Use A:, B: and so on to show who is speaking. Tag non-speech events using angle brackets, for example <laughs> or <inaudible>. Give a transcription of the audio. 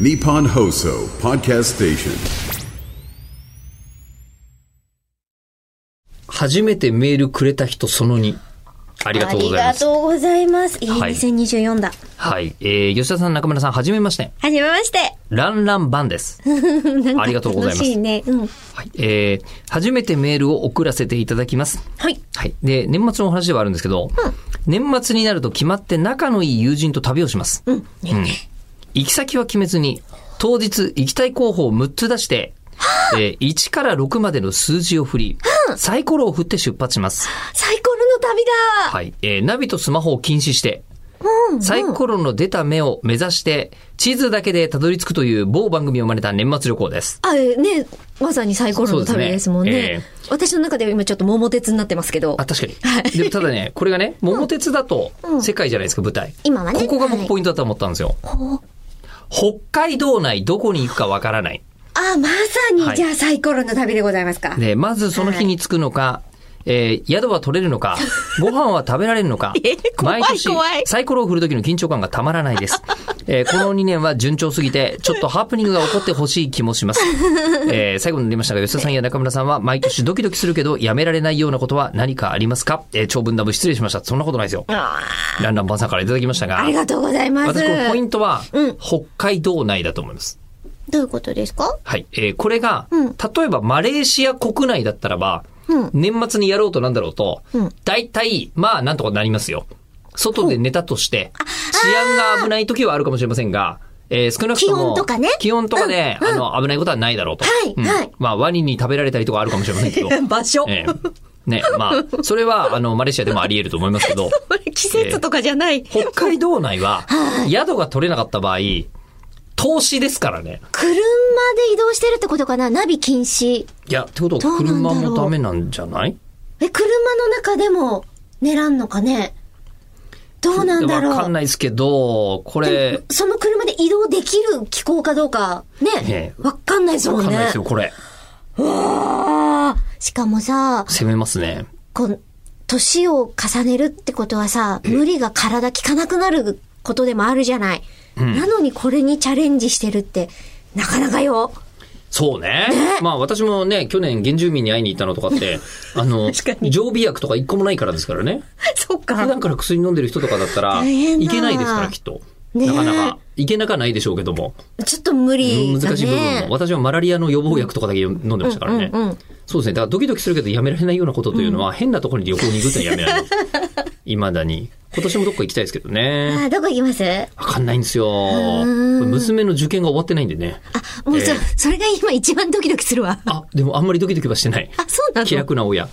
A: Nippon Hoso Podcast Station.
B: 初めてメールくれた人その2。ありがとうございます。
C: ありがとうございます。いい、
B: はい
C: 2024だ。
B: はい。えー、吉田さん、中村さん、はじめまして。
C: はじめまして。
B: ランランバン
C: <laughs>
B: です。
C: なんか
B: ありがとうございます
C: 楽しいね。うん。
B: はい。えー、初めてメールを送らせていただきます。
C: はい。
B: はい。で、年末のお話ではあるんですけど、年末になると決まって仲のいい友人と旅をします。うん。行き先は決めずに、当日行きたい候補を6つ出
C: <gasps>
B: して、えー、1から6までの数字を振り、サイコロを振って出発します。
C: 最高の旅だ
B: はい。えーナビとスマホを禁止して、サイコロの出た目を目指して、地図だけでたどり着くという某番組を真似た年末旅行です。
C: あ、えーね、まさにサイコロの旅ですもん
B: そ
C: ね。
B: うですね
C: 私の中では今ちょっと桃鉄になってますけど
B: あ、。確かに。でもただ
C: <laughs>
B: ね、これがね、桃鉄だと世界じゃないですか、舞台。
C: 今はね
B: ここが
C: は
B: 僕
C: い
B: ポイントだと思ったんですよ。北海道内どこに行くかわからない。
C: あ、まさ
B: は
C: に、
B: い
C: じゃあサイコロの旅でございますか。
B: で、まずその日に着くのか、えー宿は取れるの
C: <laughs>
B: か、ご飯は食べられるのか
C: え、怖い
B: 毎年
C: 怖い
B: サイコロを振る時の緊張感がたまらないです。えーこの2年は順調すぎて、ちょっとハプニングが起こってほしい気もします。
C: <laughs>
B: えー最後になりましたが、吉田さんや中村さんは毎年ドキドキするけど、やめられないようなことは何かありますかえー長文ダブ失礼しました。そんなことないですよ。ランランバンさんからいただきましたが
C: あ、りがとうございます。
B: 私これポイントは、
C: うん
B: 北海道内だと思います。
C: どういうことですか
B: はい。えーこれが、
C: うん
B: 例えばマレーシア国内だったらば、
C: うん
B: 年末にやろうとなんだろうと、
C: うん
B: 大体、まあ、なんとかなりますよ。外で寝たとして、治安が危ない時はあるかもしれませんが、えー少なくとも、
C: 気温とかね
B: 気温とかで、
C: うんうん
B: あの、危ないことはないだろうと。
C: はい
B: うん
C: はい
B: まあ、ワニに食べられたりとかあるかもしれませんけ
C: <laughs>
B: ど。
C: 場所
B: えーね、まあ、それは、あの、マレーシアでもあり得ると思いますけ
C: <laughs>
B: ど、
C: 季節とかじゃない。
B: 北海道内は、宿が取れなかった場合、投資ですからね。
C: 車で移動してるってことかなナビ禁止。
B: いや、ってこと
C: ど
B: は
C: うなんだ
B: 車
C: ろう
B: もダメなんじゃない
C: え、車の中でも狙んのかねどうなんだろう。
B: わかんないですけど、これ、
C: その車で移動できる気候かどうか、ね
B: ね、
C: わかんないですも
B: わ
C: んね。
B: かんないですよ、これ。
C: うわーしかもさ、
B: 攻めますね。
C: こう、年を重ねるってことはさ、無理が体効かなくなることでもあるじゃない。なのにこれにチャレンジしてるって、なかなかよ。 <laughs>
B: そうね。まあ私もね、去年原住民に会いに行ったのとか
C: <laughs>
B: って、あの、
C: 確かに
B: 常備薬とか一個もないからですからね。
C: そっ
B: 普段から薬飲んでる人とかだったら、
C: 大変だ
B: いけないですから、きっと。
C: ねえ
B: なかなか。いけなかないでしょうけども。
C: ちょっと無理だね。
B: 難しい部分も。私はマラリアの予防薬とかだけ飲んでましたからね。
C: うんうんうん
B: そうですね。だからドキドキするけどやめられないようなことというのは、変なところに旅行に行くってのはやめられない。
C: <laughs>
B: 未だに。今年もどっか行きたいですけどね。
C: あ、どこ行きます
B: わかんないんですよ。こ
C: ん
B: れ娘の受験が終わってないんでね。
C: あ、もうそ、
B: ええ
C: それが今一番ドキドキするわ。
B: あ、でもあんまりドキドキはしてない。
C: あ、そうなの
B: 気楽な親。